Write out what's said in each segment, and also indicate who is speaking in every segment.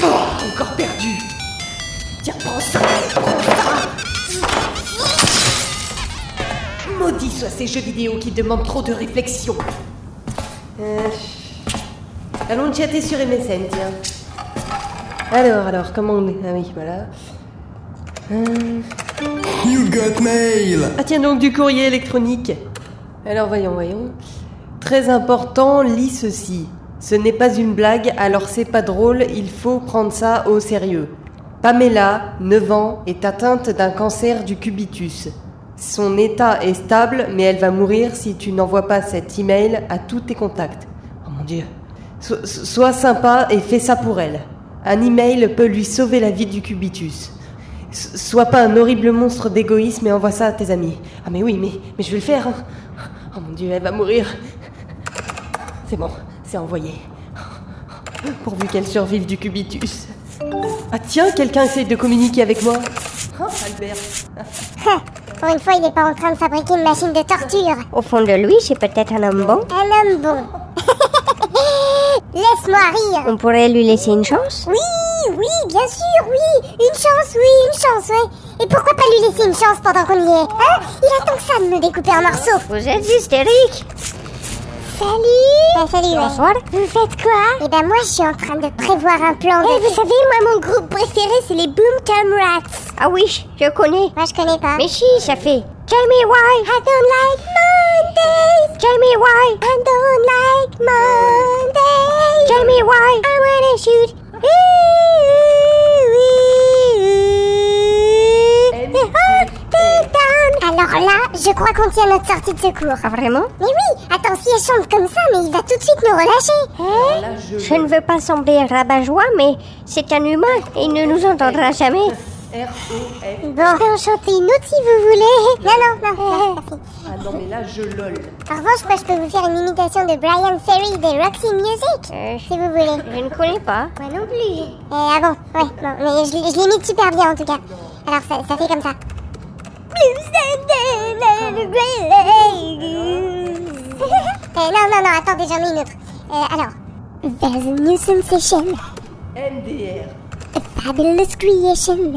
Speaker 1: Encore perdu Tiens, prends ça Maudit soit ces jeux vidéo qui demandent trop de réflexion Euh, Allons chatter sur MSN, tiens. Alors, alors, comment on est Ah oui, voilà.
Speaker 2: You've got mail
Speaker 1: Ah tiens donc du courrier électronique. Alors voyons, voyons. Très important, lis ceci. Ce n'est pas une blague, alors c'est pas drôle, il faut prendre ça au sérieux. Pamela, 9 ans, est atteinte d'un cancer du cubitus. Son état est stable, mais elle va mourir si tu n'envoies pas cet email à tous tes contacts. Oh mon dieu. So- so- sois sympa et fais ça pour elle. Un email peut lui sauver la vie du cubitus. S- Sois pas un horrible monstre d'égoïsme et envoie ça à tes amis. Ah mais oui, mais, mais je vais le faire. hein. Oh mon dieu, elle va mourir. C'est bon, c'est envoyé. Pourvu qu'elle survive du cubitus. Ah tiens, quelqu'un essaye de communiquer avec moi. Ah, Albert.
Speaker 3: Hein. Pour une fois, il n'est pas en train de fabriquer une machine de torture.
Speaker 4: Au fond de lui, c'est peut-être un homme bon.
Speaker 3: Un homme bon. Laisse-moi rire.
Speaker 4: On pourrait lui laisser une chance
Speaker 3: Oui, oui, bien sûr, oui. Une chance, oui, une chance, oui. Et pourquoi pas lui laisser une chance pendant qu'on y est Hein Il attend que ça de me découper en morceaux.
Speaker 4: Vous êtes hystérique
Speaker 3: Salut Ben salut, ouais.
Speaker 4: Bonsoir.
Speaker 3: Vous faites quoi Eh ben moi, je suis en train de prévoir un plan de... vous savez, moi, mon groupe préféré, c'est les Boomtown Rats.
Speaker 4: Ah oui, je connais.
Speaker 3: Moi, je connais pas.
Speaker 4: Mais si, ça fait Jamie White,
Speaker 3: I don't like Mondays.
Speaker 4: Jamie White,
Speaker 3: I don't like Mondays.
Speaker 4: Jamie White.
Speaker 3: I wanna shoot. Ooh, ooh, ooh, ooh. Up and down. Alors là, je crois qu'on tient notre sortie de secours.
Speaker 4: Ah vraiment
Speaker 3: Mais oui, attends, si elle chante comme ça, mais il va tout de suite nous relâcher. Hein
Speaker 4: Je ne veux pas sembler rabat-joie, mais c'est un humain. Il ne nous entendra jamais.
Speaker 3: Bon, on peut en chanter une autre si vous voulez. Euh. Non, non, non, merci.
Speaker 1: Ah non, mais là, je lol.
Speaker 3: En revanche, moi, je peux vous faire une imitation de Brian Ferry des Roxy Music,
Speaker 4: Euh,
Speaker 3: si vous voulez.
Speaker 4: Je ne connais pas.
Speaker 3: Moi non plus. ah bon, ouais, bon, mais je, je l'imite super bien en tout cas. Alors ça, ça fait comme ça. Eh, Euh, non, non, non, attendez, j'en ai une autre. Euh, alors. There's a new sensation,
Speaker 1: MDR.
Speaker 3: a fabulous creation,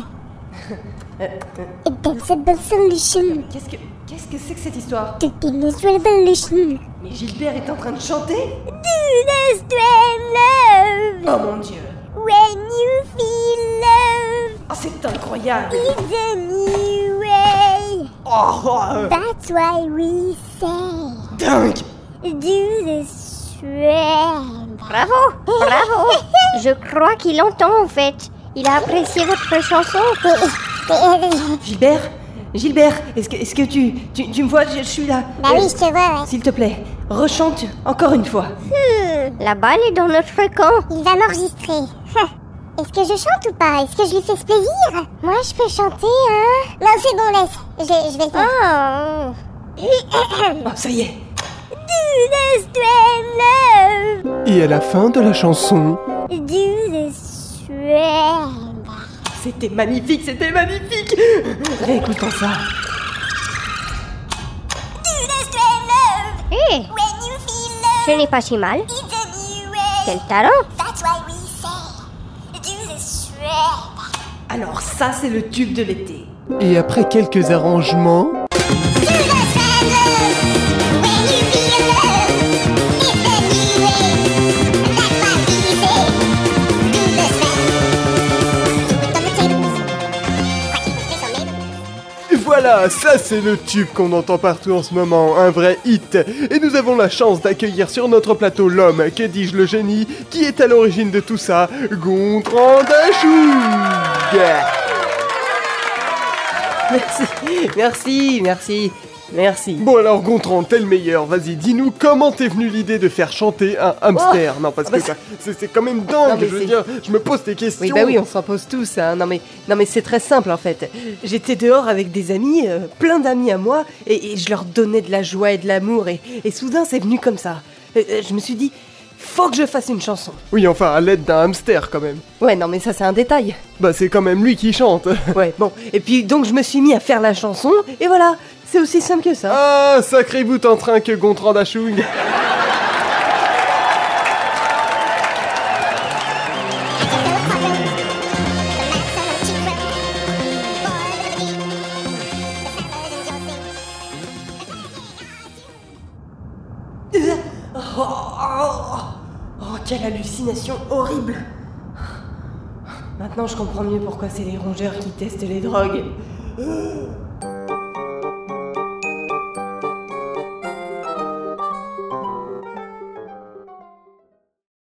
Speaker 3: a danceable solution
Speaker 1: Qu'est-ce que qu'est-ce que c'est que cette histoire
Speaker 3: to this revolution.
Speaker 1: Mais Gilbert est en train de chanter
Speaker 3: Do the strange love
Speaker 1: Oh mon dieu.
Speaker 3: when you feel love
Speaker 1: Ah, c'est incroyable.
Speaker 3: is a new way.
Speaker 1: Oh, oh, euh,
Speaker 3: That's why we say
Speaker 1: dingue.
Speaker 3: do the Bah strand.
Speaker 4: Bravo, bravo. Je crois qu'il entend en fait. Il a apprécié votre chanson.
Speaker 1: Gilbert Gilbert, est-ce que, est-ce que tu, tu, tu me vois je, je suis là.
Speaker 3: Bah oui, je te vois, ouais.
Speaker 1: S'il te plaît, rechante encore une fois.
Speaker 4: La balle est dans notre camp.
Speaker 3: Il va m'enregistrer. Est-ce que je chante ou pas Est-ce que je lui fais ce plaisir Moi, je peux chanter, hein Non, c'est bon, laisse. Je, vais- je vais le faire.
Speaker 4: Ah.
Speaker 1: Oh, ça y est.
Speaker 3: Do the strand love.
Speaker 2: Et à la fin de la chanson,
Speaker 3: Do the strand.
Speaker 1: C'était magnifique, c'était magnifique. Réécoutons ça.
Speaker 3: Do the strand love.
Speaker 4: Eh,
Speaker 3: When you feel love,
Speaker 4: ce n'est pas si mal.
Speaker 3: it's a new way.
Speaker 4: Quel talent.
Speaker 3: That's why we say do the strand.
Speaker 1: Alors ça, c'est le tube de l'été.
Speaker 2: et après quelques arrangements, Voilà, ça c'est le tube qu'on entend partout en ce moment, un vrai hit. Et nous avons la chance d'accueillir sur notre plateau l'homme, que dis-je le génie, qui est à l'origine de tout ça, Gontran Dachou
Speaker 1: Merci, merci, merci, merci.
Speaker 2: Bon alors Gontran, t'es le meilleur, vas-y, dis-nous comment t'es venu l'idée de faire chanter un hamster Non, parce
Speaker 1: Ah bah
Speaker 2: que ça- Oh. c'est c'est quand même dingue,
Speaker 1: Non, mais
Speaker 2: je veux
Speaker 1: c'est-
Speaker 2: dire, je me pose des questions.
Speaker 1: Oui, bah oui, on s'en pose tous. hein. Non, mais, non, mais c'est très simple en fait. J'étais dehors avec des amis, euh, plein d'amis à moi, et, et je leur donnais de la joie et de l'amour, et, et soudain c'est venu comme ça. Euh, euh, je me suis dit, Faut que je fasse une chanson.
Speaker 2: Oui, enfin, à l'aide d'un hamster quand même.
Speaker 1: Ouais, non, mais ça, c'est un détail.
Speaker 2: Bah, c'est quand même lui qui chante.
Speaker 1: Ouais, bon. Et puis, donc, je me suis mis à faire la chanson, et voilà. C'est aussi simple que ça.
Speaker 2: Ah, sacré bout en train que Gontran Dachung.
Speaker 1: Oh, oh, oh, quelle hallucination horrible Maintenant, je comprends mieux pourquoi c'est les rongeurs qui testent les drogues.